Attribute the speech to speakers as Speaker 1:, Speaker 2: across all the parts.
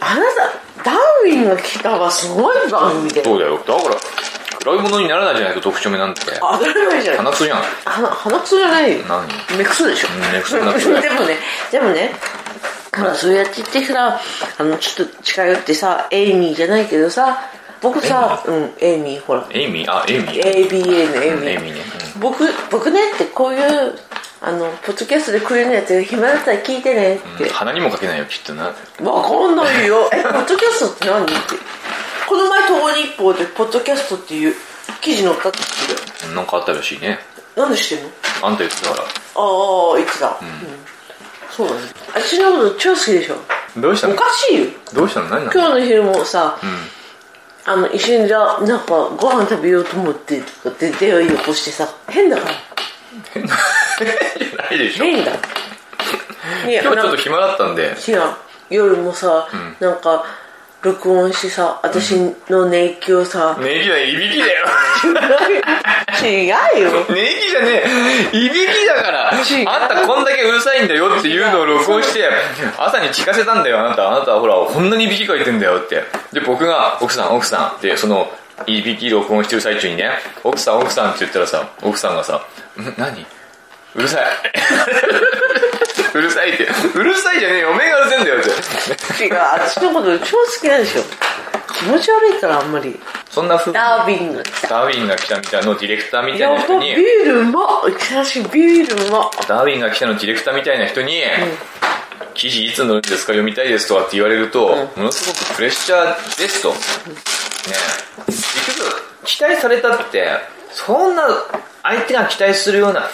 Speaker 1: あなた、ダーウィンが来たはすごい番組で。
Speaker 2: そうだよだから暗いものにならないじゃないか特徴目なんて
Speaker 1: 当たり前じゃない。
Speaker 2: 鼻くそじゃん
Speaker 1: 鼻、鼻くそじゃないよ。
Speaker 2: 何
Speaker 1: 目くそでしょ。
Speaker 2: うん目くそになってる
Speaker 1: でもね、でもね、ほら、そうやって言ってさ、あの、ちょっと近寄ってさ、エイミーじゃないけどさ、僕さ、うん、エイミー、ほら、
Speaker 2: エイミーあエイミー
Speaker 1: ABA のエイミ
Speaker 2: うん
Speaker 1: ー。
Speaker 2: エイミーね
Speaker 1: 僕、僕ねってこういう、あの、ポッドキャストでくれるやつ暇だったら聞いてねっ
Speaker 2: うん
Speaker 1: て。
Speaker 2: 鼻にもかけないよきっとな
Speaker 1: わかんないよ。え、ポッドキャストって何って。この前、東日報で、ポッドキャストっていう記事載ったって言ってた
Speaker 2: なんかあったらしいね
Speaker 1: よ。なんでしてんの
Speaker 2: あんた言ってたか
Speaker 1: ああ、言ってた。うん。そうなんです。私のこと超好きでしょ。
Speaker 2: らどうした
Speaker 1: お
Speaker 2: の
Speaker 1: かしいよ。
Speaker 2: どうしたの何なの
Speaker 1: 今日の昼もさ、あの、一緒にじゃあ、なんか、ご飯食べようと思って、とかって出会いを起こしてさ、変だから。
Speaker 2: ないでしょ
Speaker 1: 変だ。ね
Speaker 2: 今日ちょ
Speaker 1: な
Speaker 2: っ
Speaker 1: ん
Speaker 2: と
Speaker 1: か
Speaker 2: 暇だったんで
Speaker 1: 違う夜もさ、なんか、録音してさ、私の寝息をさ、
Speaker 2: ネギだいびきだよ
Speaker 1: 違うよ。
Speaker 2: ネギじゃねえいびきだから
Speaker 1: 違う
Speaker 2: あんたこんだけうるさいんだよっていうのを録音して朝に聞かせたんだよあなたあなたほらこんなにいびきかいてんだよってで僕が奥さん奥さんってそのいびき録音してる最中にね奥さん奥さんって言ったらさ奥さんがさ「ん何うるさい うるさい」って「うるさいじゃねえよおめえがうるせえんだよ」って
Speaker 1: 違う、私のこと超好きなんでしょ。気持ち悪いから、あんまり。
Speaker 2: そんな風に
Speaker 1: ダービンが来た。
Speaker 2: ダーウィンが来たみたいのディレクターみたい
Speaker 1: や
Speaker 2: な
Speaker 1: っ
Speaker 2: 人
Speaker 1: ぱ
Speaker 2: に
Speaker 1: ビールうまっ久しぶりビールうまっ
Speaker 2: ダーウィンが来たのディレクターみたいな人に、記事いつ載るんですか読みたいですとかって言われると、ものすごくプレッシャーですと。ねえ結局、期待されたって、そんな相手が期待するような、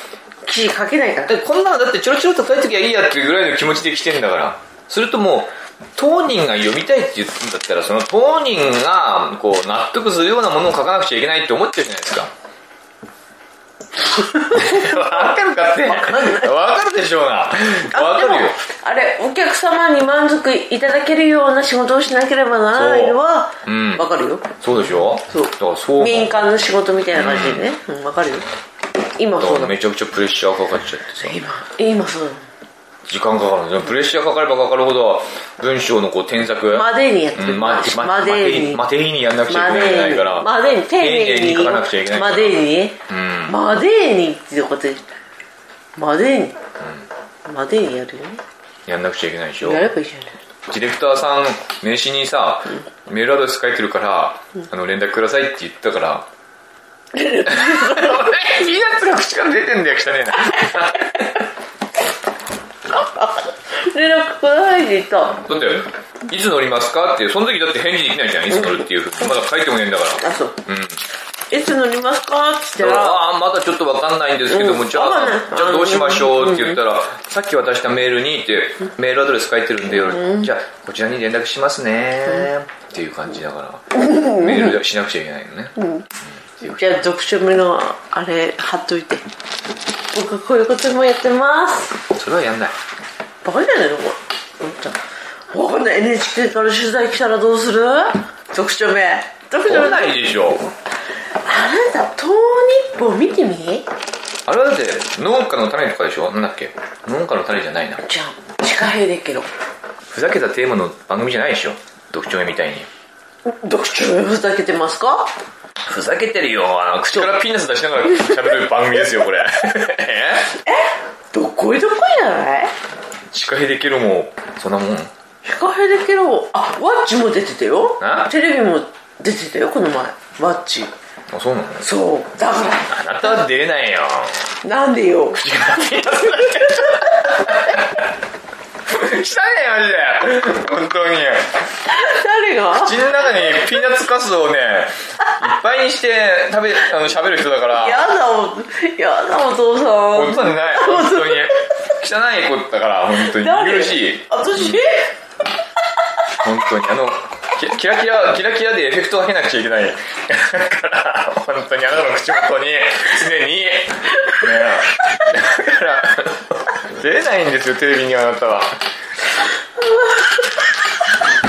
Speaker 1: 記事書けないから
Speaker 2: でこんなのだってちょろちょろっと書いときゃいいやっていうぐらいの気持ちで来てんだから。するともう、当人が読みたいって言ってんだったら、その当人がこう納得するようなものを書かなくちゃいけないって思ってるじゃないで すか。わかるかって。わかるでしょうが。わかるよ。
Speaker 1: あれお客様に満足いただけるような仕事をしなければならないのは
Speaker 2: そううん
Speaker 1: わかるよ
Speaker 2: そうでしょ
Speaker 1: そう
Speaker 2: だからそう
Speaker 1: 民間の仕事みたいな感じでねうんわかるよ今
Speaker 2: だ
Speaker 1: そう
Speaker 2: か
Speaker 1: だ
Speaker 2: らめちゃくちゃプレッシャーかかっちゃってさ。
Speaker 1: 今今そう
Speaker 2: 時間かかるんですよプレッシャーかかればかかるほど、文章のこう添削。
Speaker 1: までにやってる
Speaker 2: うんまま
Speaker 1: までに
Speaker 2: までにやんなくちゃ
Speaker 1: だ
Speaker 2: いけないじゃないか
Speaker 1: に
Speaker 2: ら。
Speaker 1: までに丁寧に
Speaker 2: 書かなくちゃいけないから。
Speaker 1: までに
Speaker 2: うん
Speaker 1: までにっていうことでまでにまでにやるよね
Speaker 2: やんなくちゃいけないでしょ。
Speaker 1: やれ
Speaker 2: デ
Speaker 1: ばいいじゃない
Speaker 2: ィレクターさん、名刺にさ、メールアドレス書いてるから、あの、連絡くださいって言った から。俺、いいやつが口から出てんだよ、汚ねえな。
Speaker 1: 連絡くださいって言った
Speaker 2: だって、いつ乗りますかって、その時だって返事できないじゃん、いつ乗るっていうふうに。まだ書いてもねえんだか
Speaker 1: あそう
Speaker 2: ら。うん。
Speaker 1: いつ乗りますかって言ったら
Speaker 2: ああ、まだちょっとわかんないんですけども、
Speaker 1: うん
Speaker 2: じゃ
Speaker 1: わかんない
Speaker 2: あ、じゃあどうしましょうって言ったら、さっき渡したメールにって、メールアドレス書いてるんで、じゃあ、こちらに連絡しますねっていう感じだから、メールでしなくちゃいけないのね。
Speaker 1: じゃあ読書目のあれ貼っといて僕こういうこともやってます
Speaker 2: それはやんない。
Speaker 1: バカじゃないのこれ思ったわかんない NHK から取材来たらどうする読書目読書
Speaker 2: 来
Speaker 1: 目
Speaker 2: ないでしょ。
Speaker 1: あなた東日報見てみ
Speaker 2: あれはだって、農家の種とかでしょなんだっけ農家の種じゃないな。
Speaker 1: じゃあ地下兵だけど
Speaker 2: ふざけたテーマの番組じゃないでしょ読書目みたいに。
Speaker 1: 読書目ふざけてますか
Speaker 2: ふざけてるよ。あの、口からピーナス出しながら 喋る番組ですよ、こ れ。え
Speaker 1: どっこいどっこいじゃない
Speaker 2: 近いできるも、そんなもん
Speaker 1: 地下兵だけどあワッチも出てたよ
Speaker 2: あ
Speaker 1: テレビも出てたよこの前ワッチ
Speaker 2: あ、そうなの
Speaker 1: そうだか
Speaker 2: あなたは出れないよ。
Speaker 1: らなんでよ
Speaker 2: 汚いマジで。本当に。
Speaker 1: 誰が
Speaker 2: 口の中にピーナッツカスをね、いっぱいにして食べ、あの、喋る人だから、
Speaker 1: やだお、やだお父
Speaker 2: お
Speaker 1: さん。
Speaker 2: 父さんじゃない。本当に。汚い子だから、本当に。苦しい。
Speaker 1: 私、
Speaker 2: 本当に。あの、キキラキラ、キラキラでエフェクトをかけなくちゃいけない。だから、本当にあなたの口元に、常に、ねえだから、出れないんですよ、テレビにはあなたは。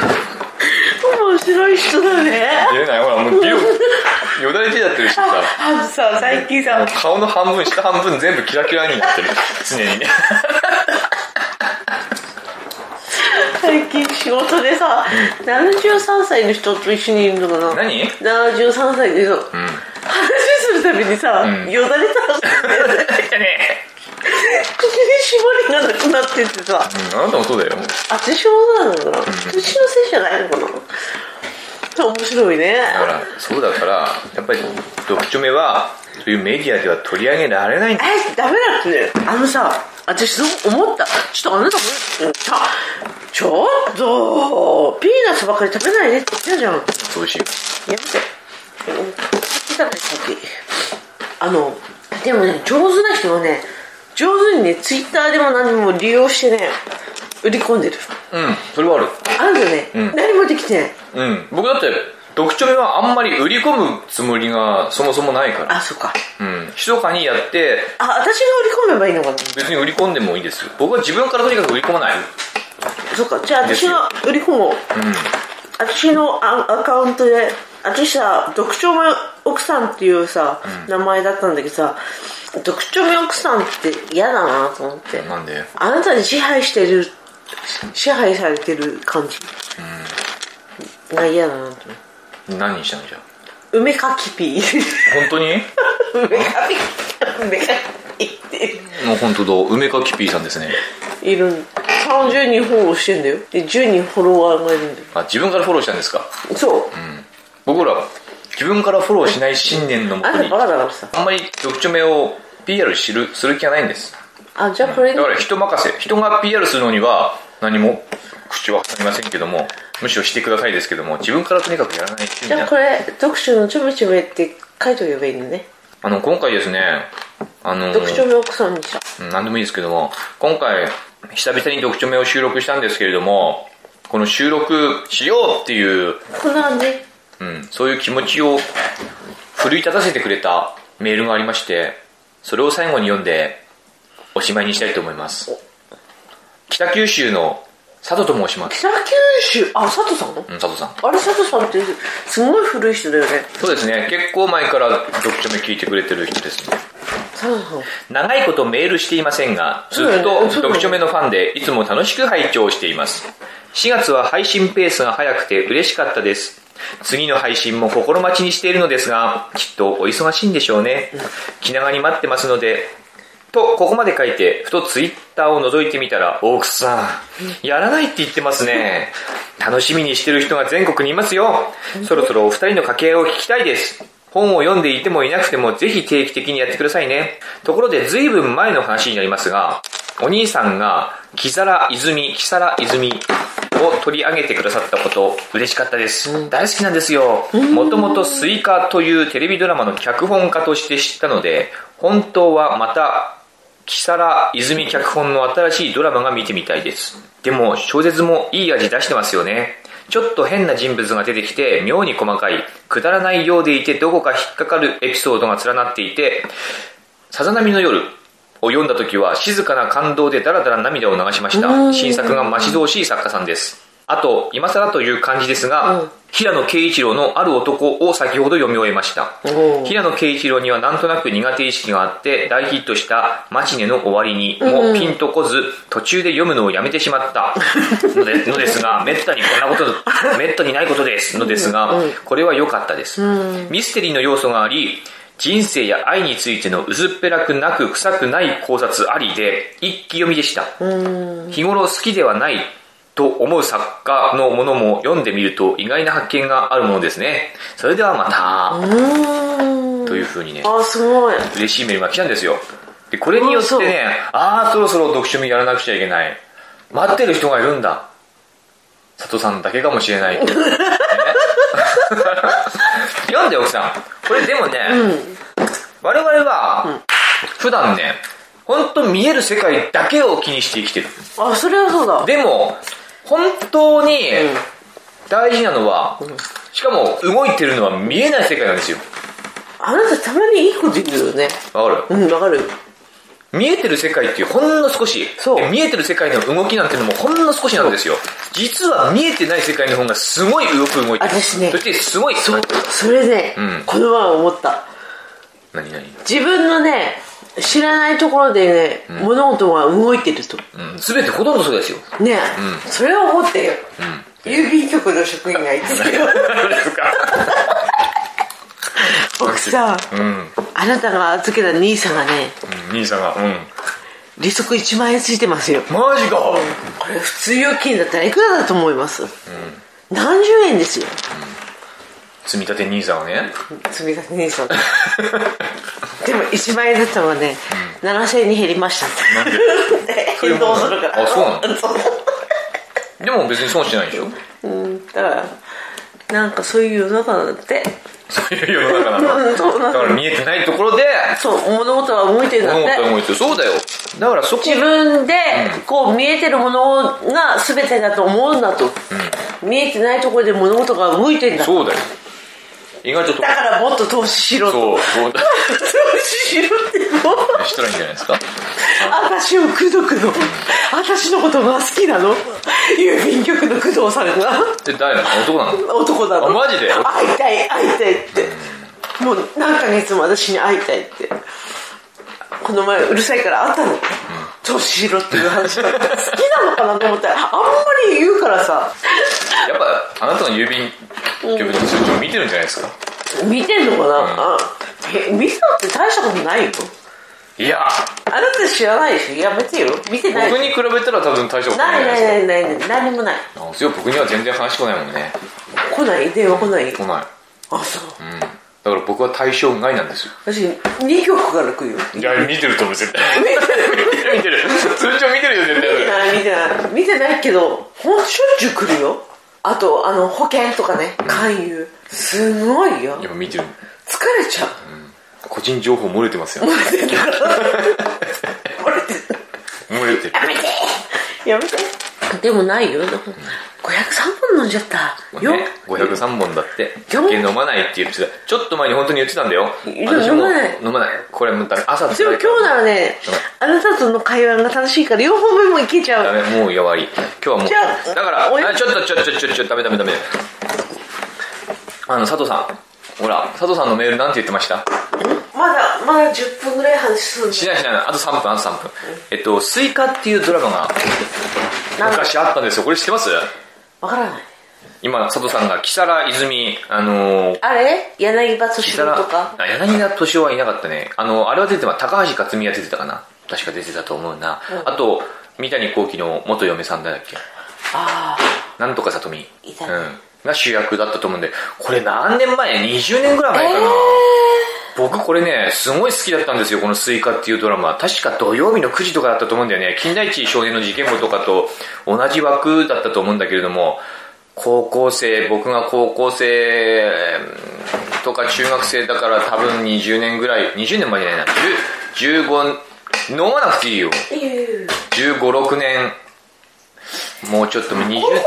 Speaker 1: 面白い人だね。
Speaker 2: 出れない。ほら、もう、ビュー、よだれ出ちゃってるしさ。
Speaker 1: あのさ、最近
Speaker 2: も
Speaker 1: さ
Speaker 2: う、顔の半分、下半分全部キラキラになってる。常にね。
Speaker 1: 最近知仕事でさ、73歳の人と一緒にいるのかな
Speaker 2: 何
Speaker 1: 73歳の人、話するたびにさ、
Speaker 2: ん
Speaker 1: よだれたって口に絞りがなくなっててさ、
Speaker 2: うんあなたもそうだよ
Speaker 1: 私もそうなのかな、うちのせいじゃないのかな面白いね
Speaker 2: だからそうだからやっぱり読書目はそういうメディアでは取り上げられないんだ
Speaker 1: えダメだってねあのさ私そう思ったちょっとあなたもうんさちょっとピーナッツばっかり食べないでって言ってたじゃんや
Speaker 2: そうし
Speaker 1: めてうん食べたねさっきあのでもね上手な人はね上手にねツイッターでも何でも利用してね売り込んでる
Speaker 2: うんそれはある
Speaker 1: あるよね、何もできてない
Speaker 2: うん僕だって読書目はあんまり売り込むつもりがそもそもないから
Speaker 1: あそうか
Speaker 2: うん密かにやって
Speaker 1: あ私が売り込めばいいのかな
Speaker 2: 別に売り込んでもいいです僕は自分からとにかく売り込まない
Speaker 1: そっかじゃあ私の売り本を、私のアアカウントで私さ「読書目奥さん」っていうさ、名前だったんだけどさ読書目奥さんって嫌だなと思って
Speaker 2: なんで
Speaker 1: あなたに支配してる支配されてる感じが嫌だなと思って
Speaker 2: 何にしたのじゃ
Speaker 1: 梅かきピー
Speaker 2: あ本当に
Speaker 1: 梅かき梅かきって
Speaker 2: もう本当だ梅かきピーさんですね
Speaker 1: いるん30人フォローしてんだよで10人フォロワーがいるんだよ
Speaker 2: あ自分からフォローしたんですか
Speaker 1: そう、
Speaker 2: 僕ら自分からフォローしない信念のも
Speaker 1: あ
Speaker 2: と
Speaker 1: なた
Speaker 2: に
Speaker 1: バカだからさ
Speaker 2: あんまり読書目を PR するする気がないんです
Speaker 1: あじゃあこれ
Speaker 2: だから人任せ人が PR するのには何も口は挟みませんけどもむしろしてくださいですけども自分からとにかくやらないっていう
Speaker 1: じ
Speaker 2: の
Speaker 1: ゃあ
Speaker 2: は
Speaker 1: これ読書のちょめちょめって書いとけばいいのね、
Speaker 2: あの今回ですねあの
Speaker 1: 読書の奥さんにした
Speaker 2: うん何でもいいですけども今回久々に読書目を収録したんですけれどもこの収録しようっていう、
Speaker 1: こんな感じ
Speaker 2: うん、そういう気持ちを奮い立たせてくれたメールがありましてそれを最後に読んでおしまいにしたいと思います北九州の佐藤と申します、
Speaker 1: 北九州あ佐藤さん、
Speaker 2: うん、佐藤さん
Speaker 1: あれ佐藤さんってすごい古い人だよね
Speaker 2: そうですね結構前から読書目聞いてくれてる人ですね
Speaker 1: 佐藤さん
Speaker 2: 長いことメールしていませんが、ずっ
Speaker 1: う
Speaker 2: と
Speaker 1: ん
Speaker 2: 読書目のファンで、いつも楽しく拝聴しています。4月は配信ペースが早くて嬉しかったです。次の配信も心待ちにしているのですが、きっとお忙しいんでしょうね。気長に待ってますので、と、ここまで書いて、ふとツイッターを覗いてみたら、大楠さん、やらないって言ってますね。楽しみにしてる人が全国にいますよ。そろそろお二人の掛け合いを聞きたいです。本を読んでいてもいなくても、ぜひ定期的にやってくださいね。ところで、ずいぶん前の話になりますが、お兄さんが、木皿泉、木皿泉を取り上げてくださったこと、嬉しかったです。大好きなんですよ。もともとスイカというテレビドラマの脚本家として知ったので、本当はまた、木更泉脚本の新しいドラマが見てみたいです。でも、小説もいい味出してますよね。ちょっと変な人物が出てきて、妙に細かい、くだらないようでいて、どこか引っかかるエピソードが連なっていて、さざ波の夜を読んだ時は静かな感動でダラダラ涙を流しました。新作が待ち遠しい作家さんです。あと、今更という感じですが、平野啓一郎のある男を先ほど読み終えました。
Speaker 1: おー
Speaker 2: 平野啓一郎にはなんとなく苦手意識があって大ヒットした「マチネの終わりに」もピンとこず途中で読むのをやめてしまったのでのですがめったにこんなことめったにないことですのですがこれは良かったですミステリーの要素があり人生や愛についての薄っぺらくなく臭くない考察ありで一気読みでした日頃好きではないと思う作家のものも読んでみると意外な発見があるものですねそれではまた
Speaker 1: うーん
Speaker 2: というふうにね、
Speaker 1: あすごい
Speaker 2: 嬉しいメールが来たんですよ。で、これによって
Speaker 1: うんそう
Speaker 2: ね、あー、そろそろ読書見やらなくちゃいけない。待ってる人がいるんだ。佐藤さんだけかもしれ ない。ね読んで、奥さん。これでもね、我々は、普段ね、本当見える世界だけを気にして生きてる。
Speaker 1: あそれはそうだ
Speaker 2: でも、本当に大事なのは、しかも動いてるのは見えない世界なんですよ。
Speaker 1: あなたたまにいいこと言うよね
Speaker 2: わかる
Speaker 1: うんわかる
Speaker 2: 見えてる世界っていうほんの少し
Speaker 1: そう
Speaker 2: で見えてる世界の動きなんてのもほんの少しなんですよ実は見えてない世界の方がすごいよく動いてる
Speaker 1: 私ね
Speaker 2: そしてすごいそう
Speaker 1: それね、
Speaker 2: うん
Speaker 1: この前思った
Speaker 2: 何何
Speaker 1: 自分のね知らないところでね、物事が動いてると。
Speaker 2: うん、全てほとんどそうですよ。
Speaker 1: ね、それを思ってよ、郵便局の職員がいたけ ど
Speaker 2: ですか。
Speaker 1: 僕さ、
Speaker 2: うん。
Speaker 1: あなたが預けた兄さんがね
Speaker 2: 兄さんが、うん。
Speaker 1: 利息1万円ついてますよ
Speaker 2: マジか
Speaker 1: これ普通預金だったらいくらだと思います、何十円ですよ
Speaker 2: 積み立て兄さんはね。
Speaker 1: 積み立て兄 さんでも1万円だったのがね、7000円に減りました
Speaker 2: なん で
Speaker 1: って変動する から
Speaker 2: あそうなの
Speaker 1: そう
Speaker 2: でも別に損してないでしょ
Speaker 1: うんだからなんかそういう世の中なんだって
Speaker 2: そういう世の中な
Speaker 1: うんそうな
Speaker 2: の。だ
Speaker 1: の
Speaker 2: から見えてないところで、
Speaker 1: そう物事は動いてるんだ
Speaker 2: 思
Speaker 1: っ
Speaker 2: ってた思いってそうだよ。だからそこ、
Speaker 1: 自分でこう見えてるものが全てだと思うんだと、見えてないところで物事が動いてんだだ
Speaker 2: そうだよ。意外とと、
Speaker 1: からもっと投資しろと
Speaker 2: そう、そうだ。
Speaker 1: 投資しろってもう
Speaker 2: したらいいんじゃないですか。
Speaker 1: 私を口説くの私のことが好きなの郵便局の工藤さんが
Speaker 2: で、誰なの男なの
Speaker 1: 男なの
Speaker 2: あマジで
Speaker 1: 会いたい会いたいってもう何ヶ月も私に会いたいってこの前うるさいから会ったの投資しろっていう話が好きなのかなと思ったらあんまり言うからさ
Speaker 2: やっぱ、あなたの郵便局の通帳見てるんじゃないですか。
Speaker 1: 見てんのかな、あえ見たって大したことないよ
Speaker 2: いや、
Speaker 1: あなた知らないでしょやめてよ見てない
Speaker 2: 僕に比べたら多分大したことな
Speaker 1: ないい
Speaker 2: じゃ
Speaker 1: な
Speaker 2: ない
Speaker 1: い
Speaker 2: で
Speaker 1: ない
Speaker 2: す
Speaker 1: ないない何もない
Speaker 2: か。あそう僕には全然話来ないもんね。
Speaker 1: 来ない電話来ない
Speaker 2: 来ない。
Speaker 1: あそう
Speaker 2: うん。だから僕は対象外なんですよ。
Speaker 1: 私2曲から来るよ
Speaker 2: いや、見てると思う、絶対。見てる、見てる。通帳見てるよ、絶対
Speaker 1: 見てない見てない見てないけどほんしょっちゅう来るよあとあの保険とかね勧誘すごいよ疲
Speaker 2: やっぱ見てる。
Speaker 1: れちゃう
Speaker 2: 個人情報漏れてますよ。
Speaker 1: 漏れてるから漏れてる
Speaker 2: 漏れてる。
Speaker 1: やめて やめてでもないよ503本飲んじゃったよ
Speaker 2: ね、503本だって
Speaker 1: よ
Speaker 2: 酒飲まないって言ってたちょっと前に本当に言ってたんだよ
Speaker 1: いや
Speaker 2: 私も
Speaker 1: 飲まない
Speaker 2: 飲まないこれもうだ朝
Speaker 1: でも今日ならねあなたとの会話が楽しいから両方目もいけちゃ
Speaker 2: ダ
Speaker 1: う
Speaker 2: メもう終わり今日はもう
Speaker 1: じゃあ
Speaker 2: だから
Speaker 1: おや
Speaker 2: あちょっとちょっとちょっとちょっとダメダメダメあの佐藤さんほら佐藤さんのメールなんて言ってました
Speaker 1: まだまだ10分ぐらい話すん
Speaker 2: しないしないあと3分あと3分えっと「スイカ」っていうドラマが
Speaker 1: なんだ
Speaker 2: 昔あったんですよこれ知ってます
Speaker 1: わからない
Speaker 2: 今佐藤さんが木更泉あのー
Speaker 1: あれ柳葉敏
Speaker 2: 木
Speaker 1: 郎
Speaker 2: 更
Speaker 1: とか
Speaker 2: あ柳田敏夫はいなかったねあのあれは出てた高橋克実は出てたかな確か出てたと思うな、あと三谷幸喜の元嫁さんだっけ
Speaker 1: あ
Speaker 2: なんとか里美
Speaker 1: いたね
Speaker 2: うん、が主役だったと思うんでこれ何年前20年ぐらい
Speaker 1: あ
Speaker 2: 前かな、
Speaker 1: え
Speaker 2: 僕これねすごい好きだったんですよこの「スイカ」っていうドラマ確か土曜日の9時とかだったと思うんだよね金田一少年の事件簿とかと同じ枠だったと思うんだけれども高校生僕が高校生うんとか中学生だから多分20年ぐらい20年前じゃないな10 15飲まなくていいよ
Speaker 1: ーいいよいいよいいよ
Speaker 2: 1 5六6年もうちょっともう20
Speaker 1: 高校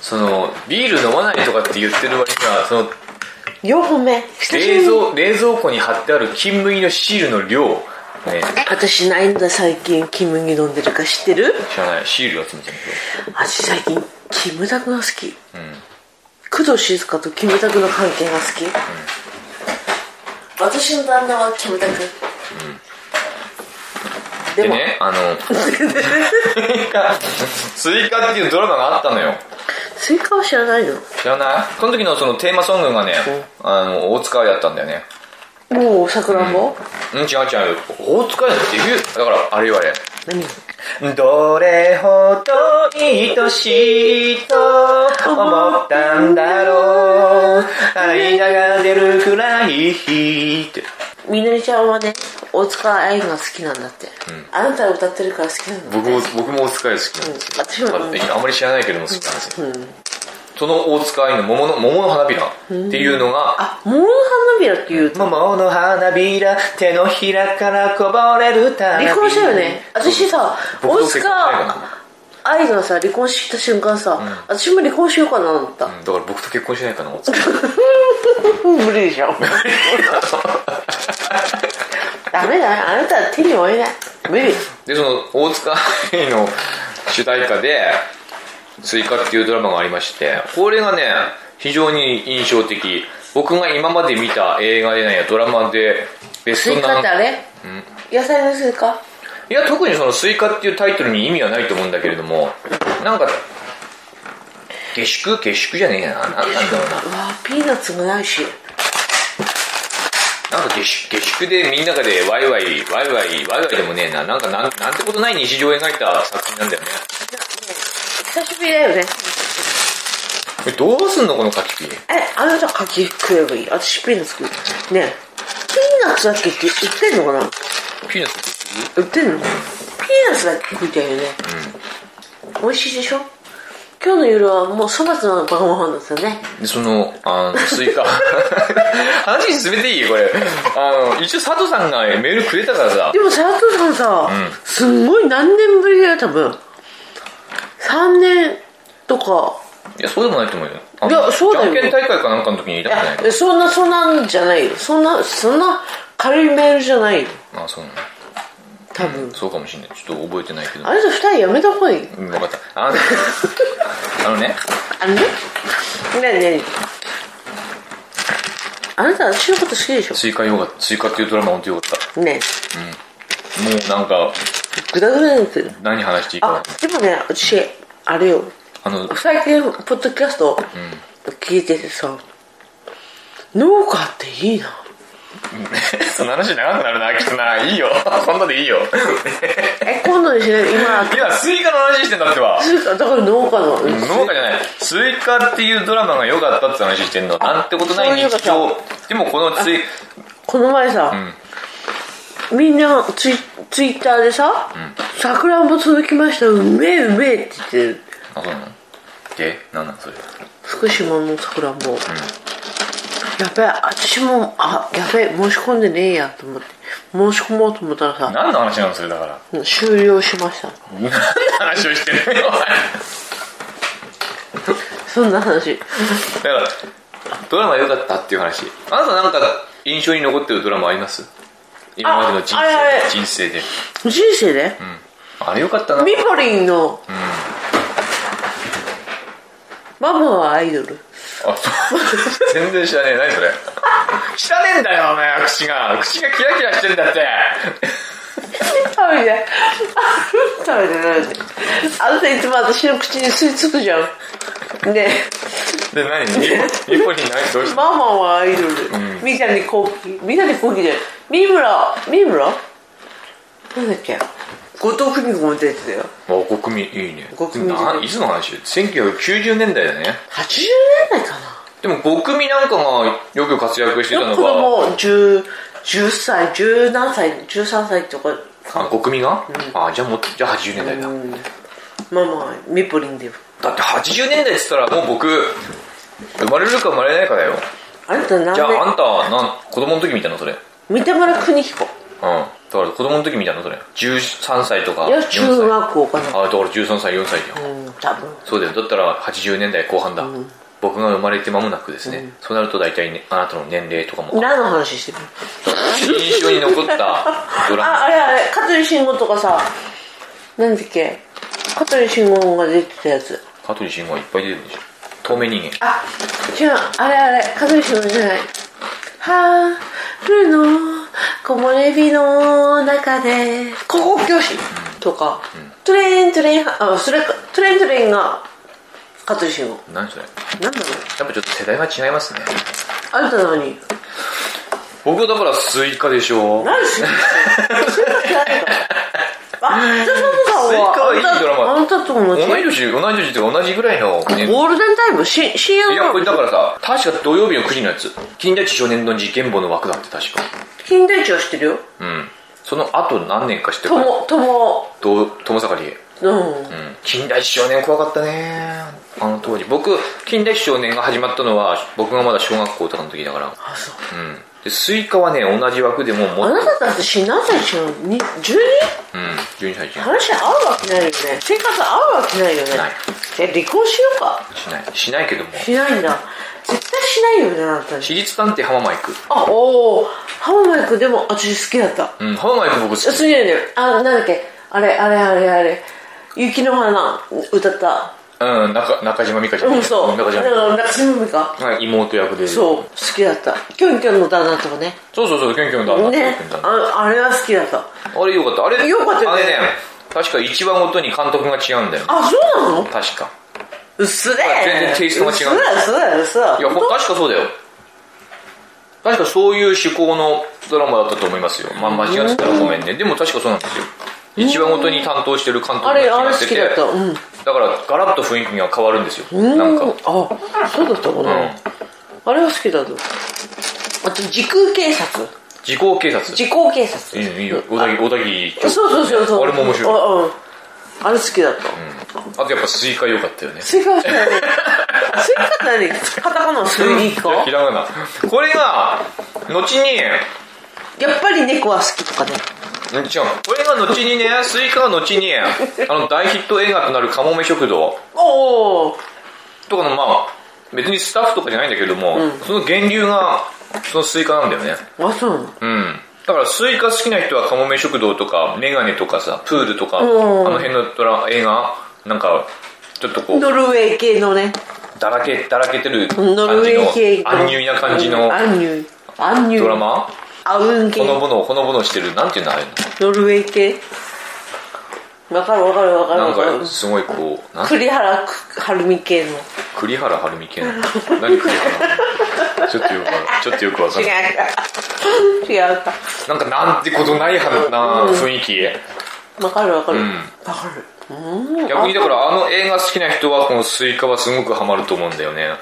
Speaker 2: そのビール飲まないとかって言ってる割にはその
Speaker 1: 生4本目久しぶり
Speaker 2: 冷
Speaker 1: に
Speaker 2: 蔵冷蔵庫に貼ってある金麦のシールの量ね
Speaker 1: 私ないんだ最近金麦飲んでるか知ってる
Speaker 2: 知らないシール集めてる
Speaker 1: 私最近キムタクが好き、工藤静香とキムタクの関係が好き、私の旦那はキムタク、
Speaker 2: で
Speaker 1: でも
Speaker 2: ね あのスイカスイカっていうドラマがあったのよ
Speaker 1: スイカは知らないの
Speaker 2: 知らないその時のそのテーマソングがねあの大塚愛だったんだよね
Speaker 1: もう桜も、
Speaker 2: うん違う違う大塚愛のデビューだからあれよあれ
Speaker 1: 何
Speaker 2: どれほど愛しいと思ったんだろう涙が出るくらいって
Speaker 1: みのりちゃんはね大塚愛が好きなんだって、あなたが歌ってるから好きなの
Speaker 2: 僕も僕も大塚愛好きなんですよ、
Speaker 1: 私も、うん、
Speaker 2: あんまり知らないけども好きなんですよ、その大塚愛の桃の桃の花びらっていうのが、
Speaker 1: あ桃の花びらっていう
Speaker 2: 桃の花びら手のひらからこぼれるた
Speaker 1: 離婚したよね私さ
Speaker 2: 僕
Speaker 1: 大
Speaker 2: と結婚したよ
Speaker 1: 塚愛がさ離婚した瞬間さ、私も離婚しようかなと思った、
Speaker 2: うんだから僕と結婚しないかな大塚
Speaker 1: 無理でし ょダメだあなたは手に負えない無理
Speaker 2: でその大塚愛の主題歌で「スイカ」っていうドラマがありましてこれがね非常に印象的僕が今まで見た映画でないやドラマでベス
Speaker 1: スイ
Speaker 2: ト
Speaker 1: カ
Speaker 2: な
Speaker 1: ってあれ、野菜のスイカ
Speaker 2: いや特にその「スイカ」っていうタイトルに意味はないと思うんだけれどもなんか下宿下宿じゃねえやなななんだろうな
Speaker 1: うわピーナッツもないし
Speaker 2: なんか下宿下宿でみんなでワイワイワイワイワイワイでもねえななんかなんなんてことない日常を描いた作品なんだよね
Speaker 1: 久しぶりだよね
Speaker 2: これどうすんのこの書きピ
Speaker 1: えあなた柿食えばいい私ピーナッツ食うねえピーナッツだっけって売ってんのかな
Speaker 2: ピーナッツって
Speaker 1: 売ってんのピーナッツだけ食いたいよね、美味しいでしょ今日の夜はもう粗末な晩ご飯だったね
Speaker 2: でそのあのスイカ 話進めていいこれあの一応佐藤さんがメールくれたからさ
Speaker 1: でも佐藤さんさ、すんごい何年ぶりだよ多分3年とか
Speaker 2: いやそうでもないと思うよあの
Speaker 1: いやそうだよ
Speaker 2: じゃんけん大会かなんかの時に言いたくない
Speaker 1: いやそんなそんなんじゃないよそんなそんな軽いメールじゃないよ
Speaker 2: あそうなの
Speaker 1: 多分、
Speaker 2: そうかもしれないちょっと覚えてないけど
Speaker 1: あれと2人やめた方がいい
Speaker 2: うん分かったあの あのね
Speaker 1: あのねねえねえあなた私のこと好きでし
Speaker 2: スイカよかったスイカっていうドラマ本当よかっ
Speaker 1: ょね
Speaker 2: たもうなんか
Speaker 1: えグダグダになってる
Speaker 2: 何話していい
Speaker 1: あ
Speaker 2: か
Speaker 1: でもね私あれよ
Speaker 2: あの
Speaker 1: 最近ポッドキャスト聞いててさ、農家っていいな
Speaker 2: その話長くなるなきっとないいよそんなで いいよ
Speaker 1: え今度 ですね今
Speaker 2: 今スイカの話してんだってば
Speaker 1: だから農家の、
Speaker 2: 農家じゃないスイカっていうドラマが良かったって話してんのなんてことない日
Speaker 1: そういう
Speaker 2: 常でもこのツイ
Speaker 1: この前さ、みんなツイツイッターでさ「さくらんぼ届きましたうめえうめえ」って言ってる
Speaker 2: あそうなのでなんなんそれ
Speaker 1: 福島のさくらんぼ、やべえ私もあやべえ申し込んでねえやと思って申し込もうと思ったらさ
Speaker 2: 何の話なのそれだから
Speaker 1: 終了しました
Speaker 2: 何の話をしてんのよお前
Speaker 1: そんな話
Speaker 2: だからドラマ良かったっていう話あなたなんか印象に残ってるドラマあります今までの人生
Speaker 1: ああれあれ
Speaker 2: 人生で、
Speaker 1: 人生で、
Speaker 2: うん、あれ良かったな
Speaker 1: ミポリンの、ママはアイドル
Speaker 2: あそう全然知らねえ何それ知らねえんだよお前口が口がキラキラしてるんだって
Speaker 1: 食べて食べて食べてあなたいつも私の口に吸い付くじゃんね
Speaker 2: で 何ニポニー何どうし
Speaker 1: え
Speaker 2: た
Speaker 1: ママはアイドル、三谷幸喜三谷幸喜じゃない三村三村なんだっけ後藤久美子も出てたよ
Speaker 2: お国民いいね
Speaker 1: 国民
Speaker 2: ないつの話 ?1990 年代だよね
Speaker 1: 80年代か
Speaker 2: でも国民なんかがよく活躍してた
Speaker 1: なの
Speaker 2: の
Speaker 1: 子
Speaker 2: が
Speaker 1: 供 10, 10歳10何歳13歳とか
Speaker 2: あ国民が、あじゃあもうじゃあ80年代だ、
Speaker 1: ママはミポリンだよ
Speaker 2: だって80年代って言ったらもう僕生まれるか生まれないかだよ
Speaker 1: あなた何
Speaker 2: じゃ
Speaker 1: 年
Speaker 2: ああんたなん子供の時見たのそれうん
Speaker 1: 三田村邦彦
Speaker 2: だから子供の時見たのそれ13歳とか
Speaker 1: いや
Speaker 2: 4歳
Speaker 1: 中学校かな
Speaker 2: あだから13歳4歳じゃん、
Speaker 1: うん多分
Speaker 2: そうだよだったら80年代後半だ、僕が生まれて間もなくですね、そうなると大体ねあなたの年齢とかも
Speaker 1: 何の話してるの
Speaker 2: 印象に残ったドラマ
Speaker 1: ああれあれ香取慎吾とかさなんだっけ香取慎吾が出てたやつ
Speaker 2: 香取慎吾はいっぱい出てるでしょ透明人間
Speaker 1: あ違うあれあれ香取慎吾じゃないはーるの木漏れ日の中で高校教師とか、トレイントレインあそれかトレイントレインが香取慎吾
Speaker 2: 何それや
Speaker 1: なんだろう
Speaker 2: っぱちょっと世代が違いますね
Speaker 1: あなた何
Speaker 2: 僕はだからスイカでしょ
Speaker 1: 何しに来てるそんなことないからあじゃあ佐藤さんは
Speaker 2: スイカはいいドラマ
Speaker 1: あんたあんたと同
Speaker 2: 同
Speaker 1: じ
Speaker 2: い年同い年っていうか同じぐらいの年
Speaker 1: ゴールデンタイムし深
Speaker 2: いや、
Speaker 1: 夜
Speaker 2: これ
Speaker 1: の
Speaker 2: だからさ、確か土曜日の9時のやつ、金田一少年の事件簿の枠だって確か。
Speaker 1: 近代値は知ってるよ
Speaker 2: うん。その後何年かして
Speaker 1: と
Speaker 2: から、
Speaker 1: もとも
Speaker 2: どう友坂理恵。
Speaker 1: うん
Speaker 2: うん。金田一少年怖かったねあの当時。僕、金田一少年が始まったのは、僕がまだ小学校とかの時だから。
Speaker 1: あそう
Speaker 2: うん。で、スイカはね、同じ枠でもも
Speaker 1: あ
Speaker 2: っ
Speaker 1: な
Speaker 2: と、
Speaker 1: ただって死なないしょに 12?
Speaker 2: うん、12歳じゃん。
Speaker 1: 話合うわけないよね生活合うわけないよね
Speaker 2: ない
Speaker 1: え離婚しようか
Speaker 2: しない。しないけども。
Speaker 1: しないんだ絶対しないよねあなたね
Speaker 2: 私立探偵浜マイク。
Speaker 1: あおお浜マイクでも私好きだった
Speaker 2: うん、浜マイク僕好き。
Speaker 1: すげえねあなんだっけあれあれあれあれ雪の花歌った
Speaker 2: うん、中中島美香ちゃんね、
Speaker 1: うん、そう。だ
Speaker 2: 中
Speaker 1: か
Speaker 2: 島美
Speaker 1: ら、中島美香。
Speaker 2: 香はい妹役で
Speaker 1: そう、好きだった。キョンキョンの旦那とかね。
Speaker 2: そうそうそうキョンキョンだなキョン
Speaker 1: ね
Speaker 2: キョンだ。な
Speaker 1: ああれは好きだった。
Speaker 2: あれよかったあれ
Speaker 1: よかったよ
Speaker 2: あ
Speaker 1: ね
Speaker 2: れね確か一話ごとに監督が違うんだよ
Speaker 1: あ、そうなの
Speaker 2: 確か
Speaker 1: 薄だ
Speaker 2: 全然テイストが違う
Speaker 1: 薄だよ、薄だよ、薄だよ。
Speaker 2: いやほん確かそうだよ確かそういう思考のドラマだったと思いますよ、まあ、間違ってたらごめんねでも確かそうなんですよ一話ごとに担当してる監督
Speaker 1: あ
Speaker 2: が
Speaker 1: れ、
Speaker 2: 決
Speaker 1: あれ
Speaker 2: まっ
Speaker 1: 好
Speaker 2: て
Speaker 1: き
Speaker 2: て
Speaker 1: だった。うん。
Speaker 2: だからガラッと雰囲気が変わるんですよ
Speaker 1: う
Speaker 2: なんか
Speaker 1: んあそうだったかな、
Speaker 2: うん
Speaker 1: あれは好きだぞあと時空警察
Speaker 2: 時効警察
Speaker 1: 時効警察
Speaker 2: いいよいいよ小田切小田切
Speaker 1: そうそうそうそう
Speaker 2: あれも面白い
Speaker 1: あ,、うん、あれ好きだった、
Speaker 2: あとやっぱスイカ良かったよね
Speaker 1: スイカって何スイカって何カタカナのスイ カ
Speaker 2: ひらがなこれが後に
Speaker 1: やっぱり猫は好きとかね
Speaker 2: 違うこれが後にねスイカが後にあの大ヒット映画となる「かもめ食堂
Speaker 1: おお」
Speaker 2: とかのまあ別にスタッフとかじゃないんだけども、その源流がそのスイカなんだよね
Speaker 1: あそうなの
Speaker 2: うんだからスイカ好きな人は「かもめ食堂」とか「メガネ」とかさ「プール」とか、
Speaker 1: ん
Speaker 2: あの辺のドラ映画なんかちょっとこう
Speaker 1: ノルウェー系のね
Speaker 2: だらけだらけてる感じの
Speaker 1: ノルウェー系の
Speaker 2: 安ュイな感じの
Speaker 1: うんアンニュイアンニュイ
Speaker 2: ドラマ
Speaker 1: アウン系
Speaker 2: ほのぼのほのぼのしてるなんていうのあれ
Speaker 1: ノルウェー系わかるわかるわかる
Speaker 2: な
Speaker 1: わか
Speaker 2: ん
Speaker 1: る
Speaker 2: かすごいこうなん
Speaker 1: 栗原くはるみ系の
Speaker 2: 栗原はるみ系なの何栗原はるみちょっとよくわかんちょっとよくわかんない
Speaker 1: 違うか違うか
Speaker 2: なんかなんてことないはずな雰囲気
Speaker 1: わかるわかるわ、
Speaker 2: ん
Speaker 1: かるうん
Speaker 2: 逆にだからあの映画好きな人はこのスイカはすごくハマると思うんだよね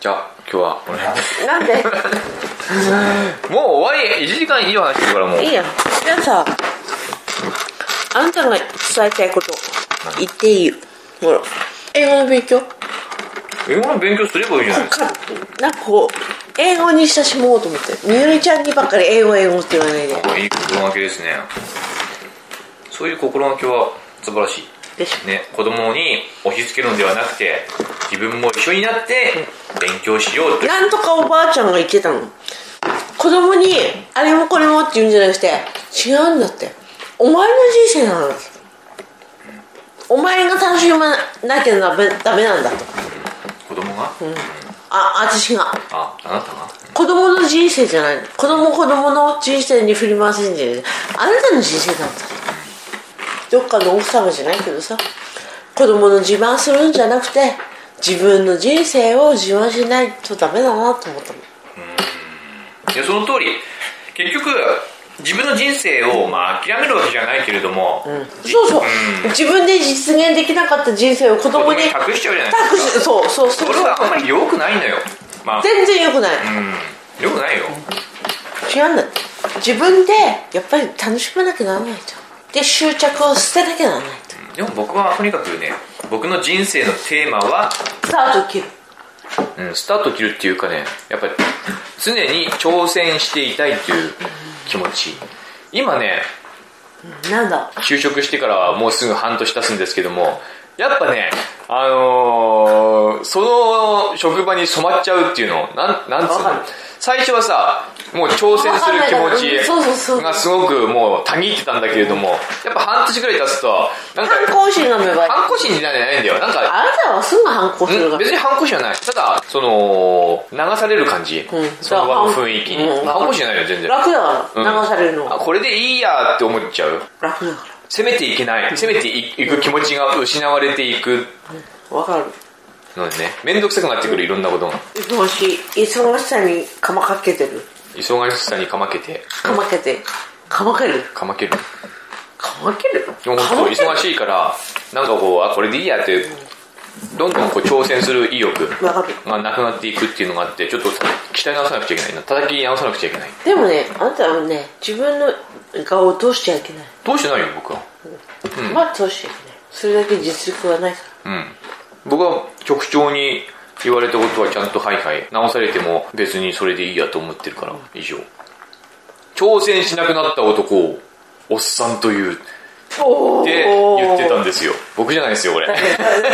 Speaker 2: じゃあ今日はこの辺で
Speaker 1: なんで
Speaker 2: もう終わり1時間いい話してるからもう
Speaker 1: いいやんじゃあさあんたが伝えたいこと言っていいよほら英語の勉強
Speaker 2: 英語の勉強すればいいじゃないですか
Speaker 1: かなんかこう英語に親しもうと思ってみゆりちゃんにばっかり英語英語って言わないで
Speaker 2: これいい心がけですねそういう心がけは素晴らしい
Speaker 1: でし
Speaker 2: ね、子供に押し付けるのではなくて自分も一緒になって勉強しよう
Speaker 1: ょ
Speaker 2: と
Speaker 1: なんとかおばあちゃんが言ってたの子供にあれもこれもって言うんじゃなくて違うんだってお前の人生なんだってお前が楽しまなきゃダメダメなんだと
Speaker 2: 子供が、
Speaker 1: あ私が
Speaker 2: ああなたが
Speaker 1: 子供の人生じゃない子供子供の人生に振り回せんじゃないあなたの人生なんだどっかの奥様じゃないけどさ子供の自慢するんじゃなくて自分の人生を自慢しないとダメだなと思ったの
Speaker 2: いやその通り結局自分の人生を、まあ、諦めるわけじゃないけれども、
Speaker 1: そうそう、自分で実現できなかった人生を子
Speaker 2: 子
Speaker 1: 供
Speaker 2: 供
Speaker 1: に
Speaker 2: に
Speaker 1: 託
Speaker 2: 託しちゃうじゃないです
Speaker 1: し
Speaker 2: か
Speaker 1: そうそうそう
Speaker 2: それはあんまり良くないのよまあ
Speaker 1: 全然良くない、
Speaker 2: うん良くないよ
Speaker 1: 違うんだって自分でやっぱり楽しまなきゃならないとで執着を捨てなきゃならないと
Speaker 2: でも僕はとにかくね僕の人生のテーマは
Speaker 1: スタートを切る
Speaker 2: うん、スタートを切るっていうかねやっぱり常に挑戦していたいっていう気持ち今ね
Speaker 1: なんだ
Speaker 2: 就職してからもうすぐ半年経つんですけどもやっぱねあのー、その職場に染まっちゃうっていうのなんなんつう
Speaker 1: わ
Speaker 2: の
Speaker 1: かる
Speaker 2: 最初はさもう挑戦する気持
Speaker 1: わかんないうんそうそうそう
Speaker 2: ちがすごくもうたぎってたんだけれどもやっぱ半年ぐらい経つとなんか
Speaker 1: 反抗心が芽生える
Speaker 2: 反抗心じゃないんだよなんか
Speaker 1: あなたはすぐ反抗する
Speaker 2: うん
Speaker 1: から
Speaker 2: 別に反抗心はないただその流される感じ、
Speaker 1: ん
Speaker 2: その場の雰囲気に、
Speaker 1: うん
Speaker 2: 反抗心じゃないよ全然、
Speaker 1: 楽だか
Speaker 2: うん
Speaker 1: ら流されるの
Speaker 2: あ
Speaker 1: は
Speaker 2: これでいいやって思っちゃう
Speaker 1: 楽だか
Speaker 2: 攻めてい けない攻めていいく気持ちが失われていく
Speaker 1: らわかる
Speaker 2: のでね面倒くさくなってくるいろんなことが
Speaker 1: 忙しい忙しさにかまかけてる
Speaker 2: 忙しさにかまけて
Speaker 1: かまけてかまける
Speaker 2: かまける
Speaker 1: かまける
Speaker 2: でも
Speaker 1: か
Speaker 2: 本
Speaker 1: ま
Speaker 2: 当
Speaker 1: ける
Speaker 2: 忙しいからなんかこうあこれでいいやってどんどんこう挑戦する意欲
Speaker 1: わかる
Speaker 2: がなくなっていくっていうのがあってちょっと鍛え直さなくちゃいけないな叩き直さなくちゃいけない
Speaker 1: でもねあなたはね自分の顔を通しちゃいけない、
Speaker 2: どうしてないよ僕は
Speaker 1: まあ通しちゃいけないそれだけ実力がないか
Speaker 2: うん、僕は局長に言われたことはちゃんとはいはい直されても別にそれでいいやと思ってるから以上挑戦しなくなった男をおっさんというって
Speaker 1: らおお
Speaker 2: 言ってたん
Speaker 1: で
Speaker 2: ですよ僕じゃないですよこれ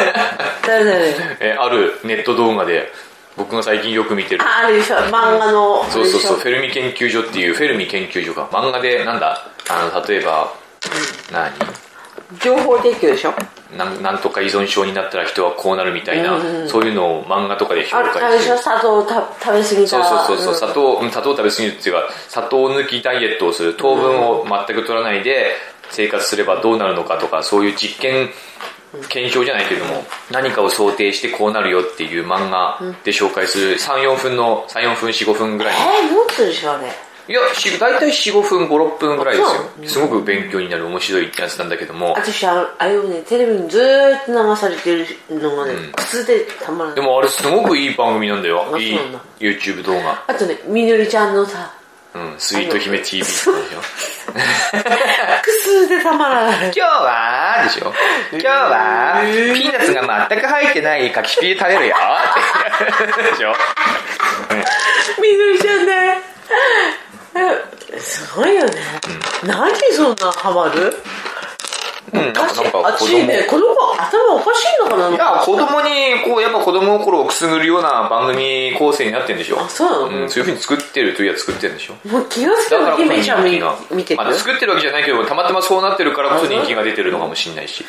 Speaker 1: 誰誰
Speaker 2: えあるネット動画で僕が最近よく見てる
Speaker 1: ああれでしょ漫画の
Speaker 2: そうそうそう
Speaker 1: あ
Speaker 2: フ
Speaker 1: れ
Speaker 2: ェルミ研究所っていうフェルミ研究所が漫画でなんだあの例えば何
Speaker 1: 情報提供でしょ
Speaker 2: なんなんとか依存症になったら人はこうなるみたいな、そういうのを漫画とかで
Speaker 1: あ
Speaker 2: 紹
Speaker 1: るあれ
Speaker 2: 介
Speaker 1: で
Speaker 2: し
Speaker 1: してょ砂糖をた食べ過ぎた
Speaker 2: そう
Speaker 1: ら
Speaker 2: そうそうそう、
Speaker 1: ん
Speaker 2: 砂糖うん砂糖を食べ過ぎるっていうか砂糖抜きダイエットをする糖分を全く取らないで生活すればどうなるのかとかそういう実験検証じゃないけども何かを想定してこうなるよっていう漫画で紹介する34分の34分45分ぐらいの
Speaker 1: えー、持ってるでしょあれ
Speaker 2: いやし大体45分56分ぐらいですよすごく勉強になる面白いってやつなんだけども
Speaker 1: 私ああれをねテレビにずーっと流されてるのがね、苦痛でたまら
Speaker 2: で
Speaker 1: ない
Speaker 2: もあれすごくいい番組なんだよ
Speaker 1: あ
Speaker 2: いい
Speaker 1: そうなんだ
Speaker 2: YouTube 動画
Speaker 1: あとねみのりちゃんのさ
Speaker 2: うんスイート姫 TV ってことでしょ
Speaker 1: 苦痛でたまら ない
Speaker 2: 今日はでしょ今日はピーナッツが全く入ってないかきピー食べるよってでしょ
Speaker 1: みのりちゃんねえすごいよね、何そんなハマる
Speaker 2: うんなんかなん
Speaker 1: あ
Speaker 2: か
Speaker 1: っ
Speaker 2: 子
Speaker 1: ち
Speaker 2: 供
Speaker 1: い
Speaker 2: い
Speaker 1: ねこの子頭おかしいのかな
Speaker 2: や子供にこうやっぱ子供の頃をくすぐるような番組構成になってるんでしょ
Speaker 1: あそうなの
Speaker 2: んそういうふうに作ってるといや作ってるんでしょ
Speaker 1: もう気がつけ
Speaker 2: だか
Speaker 1: ば
Speaker 2: らこそ
Speaker 1: 姫ちゃん見
Speaker 2: 人気が
Speaker 1: 見てる、
Speaker 2: まあ、作ってるわけじゃないけどたまたまそうなってるからこそ人気が出てるのかもしれないし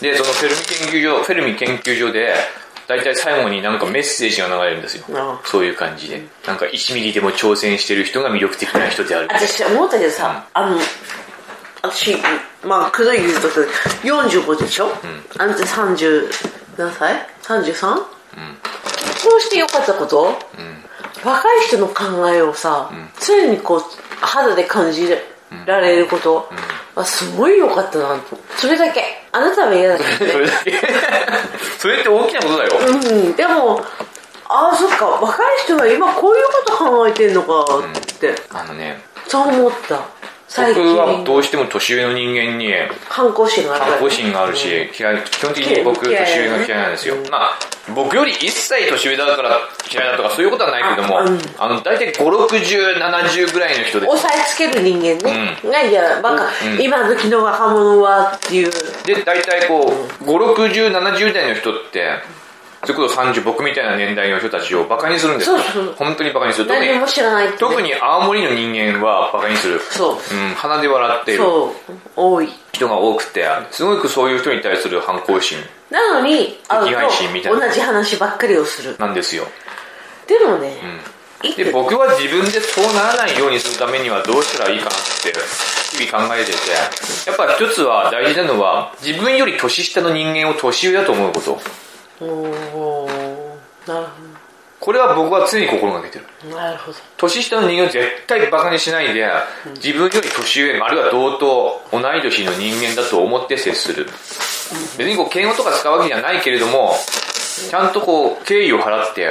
Speaker 2: でそのフェルミ研究所フェルミ研究所で大体最後になんかメッセージが流れるんですよ
Speaker 1: ああ
Speaker 2: そういう感じでなんか1ミリでも挑戦してる人が魅力的な人である
Speaker 1: 私思ったけどさ、あの私まあくどい言うと45でしょ、あんた30何歳 ?33?、そうしてよかったこと、若い人の考えをさ、常にこう肌で感じられること、あすごいよかったなとそれだけあなたは嫌だけど
Speaker 2: それだけ それって大きなことだよ
Speaker 1: うん、でもああそっか若い人は今こういうこと考えてんのかって、
Speaker 2: あのね
Speaker 1: そう思った最
Speaker 2: 僕
Speaker 1: 近
Speaker 2: はどうしても年上の人間に
Speaker 1: 反抗心がある
Speaker 2: 反抗心があるし、嫌い基本的に僕、
Speaker 1: 嫌い
Speaker 2: 年上が嫌いなんですよ。まあ、僕より1歳年上だから嫌いだとかそういうことはないけども、
Speaker 1: あうん
Speaker 2: あの、大体5、60、70ぐらいの人で、
Speaker 1: 押さえつける人間ね、がいやバカ、今時の若者はっていう
Speaker 2: で、大体こう、5、60、70代の人って、それこそ30、僕みたいな年代の人たちをバカにするんですよ
Speaker 1: そうそうそう。
Speaker 2: 本当にバカにする。特に
Speaker 1: 何も知らないってね、
Speaker 2: 特に青森の人間はバカにする。
Speaker 1: そ
Speaker 2: うん、鼻で笑って
Speaker 1: う
Speaker 2: いる
Speaker 1: そう多い
Speaker 2: 人が多くて、すごくそういう人に対する反抗心
Speaker 1: なのに会
Speaker 2: 敵
Speaker 1: う
Speaker 2: 対心みたい
Speaker 1: と
Speaker 2: な
Speaker 1: 同じ話ばっかりをする
Speaker 2: なんですよ。
Speaker 1: でもね、いい
Speaker 2: で僕は自分でそうならないようにするためにはどうしたらいいかなって日々考えててやっぱ一つは大事なのは自分より年下の人間を年上だと思うこと
Speaker 1: おーなるほ
Speaker 2: これは僕は常に心がけてる
Speaker 1: どなるほど
Speaker 2: 年下の人間を絶対バカにしないで自分より年上あるいは同等同い年の人間だと思って接する別にこう敬語とか使うわけじゃないけれどもちゃんとこう敬意を払って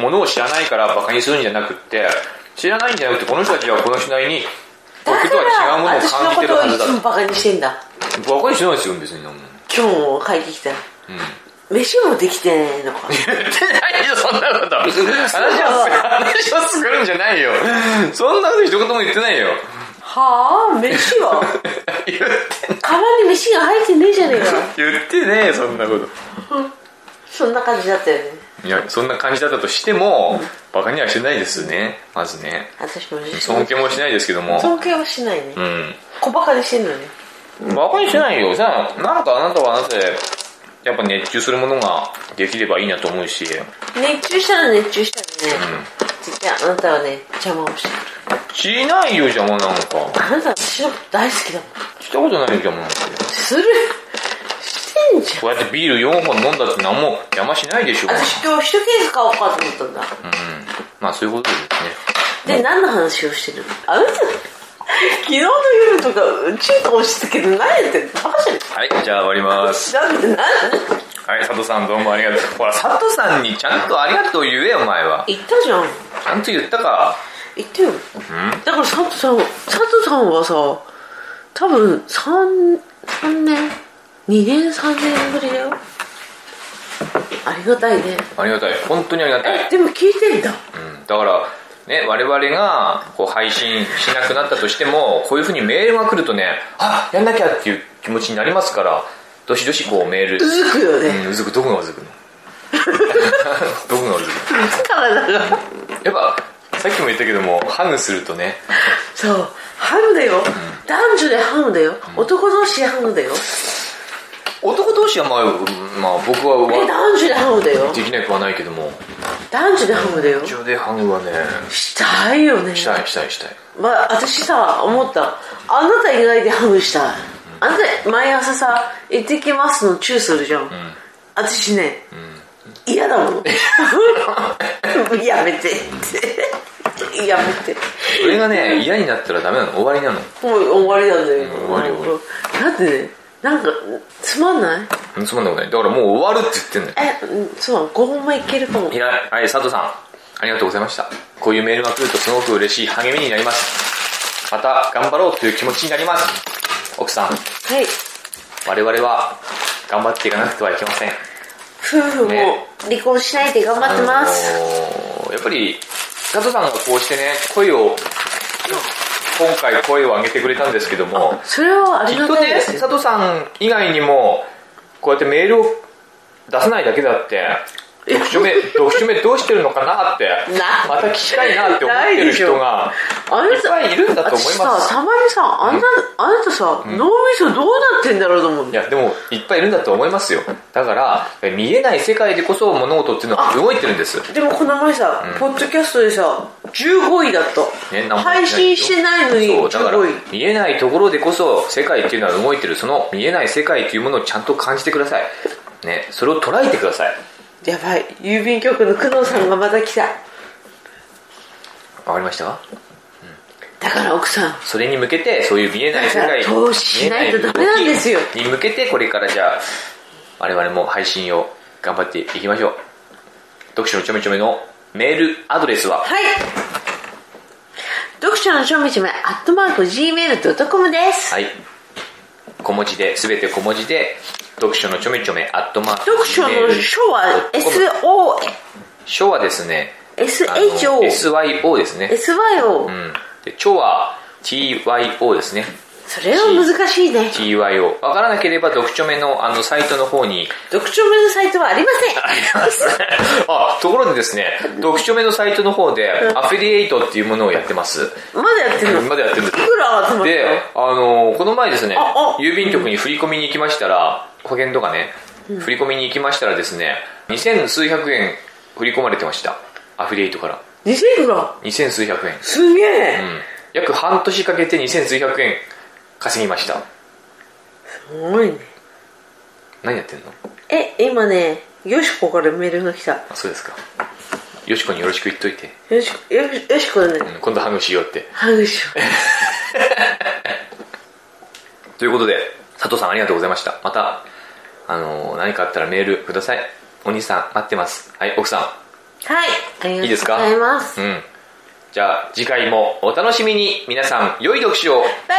Speaker 2: ものを知らないからバカにするんじゃなくって知らないんじゃなくてこの人たちはこの人なりに
Speaker 1: だ
Speaker 2: 僕とは違うものを
Speaker 1: 私の
Speaker 2: 感じ
Speaker 1: こ
Speaker 2: てる
Speaker 1: とを
Speaker 2: はず
Speaker 1: い
Speaker 2: だ
Speaker 1: つもバカにしてんだ
Speaker 2: バカにしないですよ別に何も
Speaker 1: 今日も帰ってきたら、飯もできてないのか
Speaker 2: 言ってないよそんなこと話を話を作るんじゃないよそんなこと一言も言ってない よ
Speaker 1: はあ飯は
Speaker 2: 言って
Speaker 1: カバンに飯が入ってねえじゃねえか
Speaker 2: 言ってねえよそんなこと
Speaker 1: そんな感じだったよね
Speaker 2: いや、そんな感じだったとしても、バカにはしてないですね、まずね。
Speaker 1: 私も
Speaker 2: 尊敬もしないですけども。
Speaker 1: 尊敬はしないね、
Speaker 2: うん。
Speaker 1: 小バカにしてんのね
Speaker 2: バカにしてないよ。じゃあ、なんかあなたはあなたで、やっぱ熱中するものができればいいなと思うし、
Speaker 1: 熱中したら熱中したらね、絶対あなたはね邪魔をしてくる
Speaker 2: しないよ、邪魔なんか。
Speaker 1: あなた私のこと大好きだもん
Speaker 2: したことないよ、邪魔なんて。
Speaker 1: するしてんじゃん
Speaker 2: こうやってビール4本飲んだって何も邪魔しないでしょ。う
Speaker 1: 私今日一ケース買おうかと思ったんだ、
Speaker 2: ん。まあ、そういうことです
Speaker 1: で何の話をしてるあなた昨日の夜とかうちと押し付けて何やってんのバカじゃね
Speaker 2: ね。はい、じゃあ終わります。
Speaker 1: えだって何
Speaker 2: はい、佐藤さんどうもありがとう。ほら、佐藤さんにちゃんとありがとう言えよ、お前は。
Speaker 1: 言ったじゃん
Speaker 2: ちゃんと言ったか。
Speaker 1: 言ってよだから佐藤さん佐藤さんはさ多分 3, 3年2年3年ぶりだよありがたいね
Speaker 2: ありがたい。本当にありがたい。
Speaker 1: えでも聞いてんだ
Speaker 2: うんだから、ね、我々がこう配信しなくなったとしても、こういうふうにメールが来るとね、あやんなきゃっていう気持ちになりますから、どしどしこうメール、
Speaker 1: う
Speaker 2: う
Speaker 1: ずくよね
Speaker 2: ん、うずく、どこがうずくの どこがうずく
Speaker 1: だからだから
Speaker 2: のやっぱ、さっきも言ったけども、ハグするとね、
Speaker 1: そうハムだよ、男女でハムだよ男同士でハムだよ
Speaker 2: 男同士はまあ、まあ、僕は
Speaker 1: え
Speaker 2: わ
Speaker 1: 男女でハムだよ
Speaker 2: できなくはないけども
Speaker 1: 男女でハムだよ
Speaker 2: 一応でハムはね
Speaker 1: したいよね
Speaker 2: したいしたいしたい
Speaker 1: まあ、私さ思ったあなた以外でハムしたいあなた毎朝さ「行ってきます」のチューするじゃん、私ね、嫌だもん やめてってやめて
Speaker 2: これがね嫌になったらダメなの終わりなの
Speaker 1: もう終わりなんだよ、
Speaker 2: うん終わり終わ
Speaker 1: だってねなんかつまんない
Speaker 2: うんそんなことないだからもう終わるって言ってんのよ
Speaker 1: えうんそう5本もいけるかも
Speaker 2: いらはい佐藤さんありがとうございましたこういうメールが来るとすごく嬉しい励みになりますまた頑張ろうという気持ちになります奥さん
Speaker 1: はい
Speaker 2: 我々は頑張っていかなくてはいけません
Speaker 1: 夫婦も
Speaker 2: ね
Speaker 1: 離婚しないで頑張ってます、
Speaker 2: あのーやっぱり佐藤さんがこうしてね声を今回声を上げてくれたんですけども
Speaker 1: それはあ
Speaker 2: き
Speaker 1: り
Speaker 2: っ
Speaker 1: が
Speaker 2: と
Speaker 1: たい
Speaker 2: ね
Speaker 1: ですよ
Speaker 2: 佐藤さん以外にもこうやってメールを出さないだけだって読 書目読書目どうしてるのかなって
Speaker 1: な
Speaker 2: また聞きたいなって思ってる人が
Speaker 1: あれ
Speaker 2: いっぱいいるんだと思います
Speaker 1: 私さたまにさあんな、あなたさ、脳みそどうなってんだろうと思う
Speaker 2: いやでもいっぱいいるんだと思いますよだから見えない世界でこそ物事っていうのは動いてるんです
Speaker 1: でもこの前さ、ポッドキャストでさ15位だった、
Speaker 2: ね何も
Speaker 1: 配信してないのに
Speaker 2: そうだから
Speaker 1: 15位
Speaker 2: 見えないところでこそ世界っていうのは動いてるその見えない世界っていうものをちゃんと感じてくださいねそれを捉えてください
Speaker 1: やばい郵便局の工藤さんがまた来た
Speaker 2: わかりましたか
Speaker 1: だから奥さん
Speaker 2: それに向けてそういう見えない世界
Speaker 1: だから投資しないとダメなんですよ
Speaker 2: 見えない動きに向けてこれからじゃあ我々も配信を頑張っていきましょう読書のちょめちょめのメールアドレスは
Speaker 1: はい読書のちょめちょめアットマーク Gmail.com です、
Speaker 2: はい小文字で全て小文字で読書のちょめちょめアットマーク
Speaker 1: 読書の書は SO
Speaker 2: 書はですねあの
Speaker 1: SHO
Speaker 2: SYO ですね
Speaker 1: SYO、
Speaker 2: うんで書は TYO ですね
Speaker 1: それは難しいね
Speaker 2: TYO わからなければ読書めのあのサイトの方に
Speaker 1: 読書目のサイトはありません
Speaker 2: あ、ところでです ね、読書目のサイトの方で、アフィリエイトっていうものをやってます。
Speaker 1: まだやってるの
Speaker 2: まだやってるんです
Speaker 1: いくら集まった
Speaker 2: で、あのーこの前ですね
Speaker 1: ああ、
Speaker 2: 郵便局に振り込みに行きましたら、保険とかね、振り込みに行きましたらですね、2000数百円振り込まれてました。アフィリエイトから。
Speaker 1: 2000いくら
Speaker 2: 2000数百円。
Speaker 1: すげえ、
Speaker 2: うん。約半年かけて2000数百円稼ぎました。
Speaker 1: すごいね
Speaker 2: 何やってんの
Speaker 1: え今ねよしこからメールが来た
Speaker 2: あそうですか。よしこによろしく言っといて。
Speaker 1: よしこよしよしこだね
Speaker 2: うん今度ハグしようって。
Speaker 1: ハグしよう
Speaker 2: ということで、佐藤さんありがとうございました。また、あのー何かあったらメールください。お兄さん待ってます。はい、奥さ
Speaker 1: はいありが
Speaker 2: ん、いいです
Speaker 1: とう
Speaker 2: か
Speaker 1: ございます
Speaker 2: うん。じゃあ、次回もお楽しみに。皆さん、良い読書を。
Speaker 1: バイバイ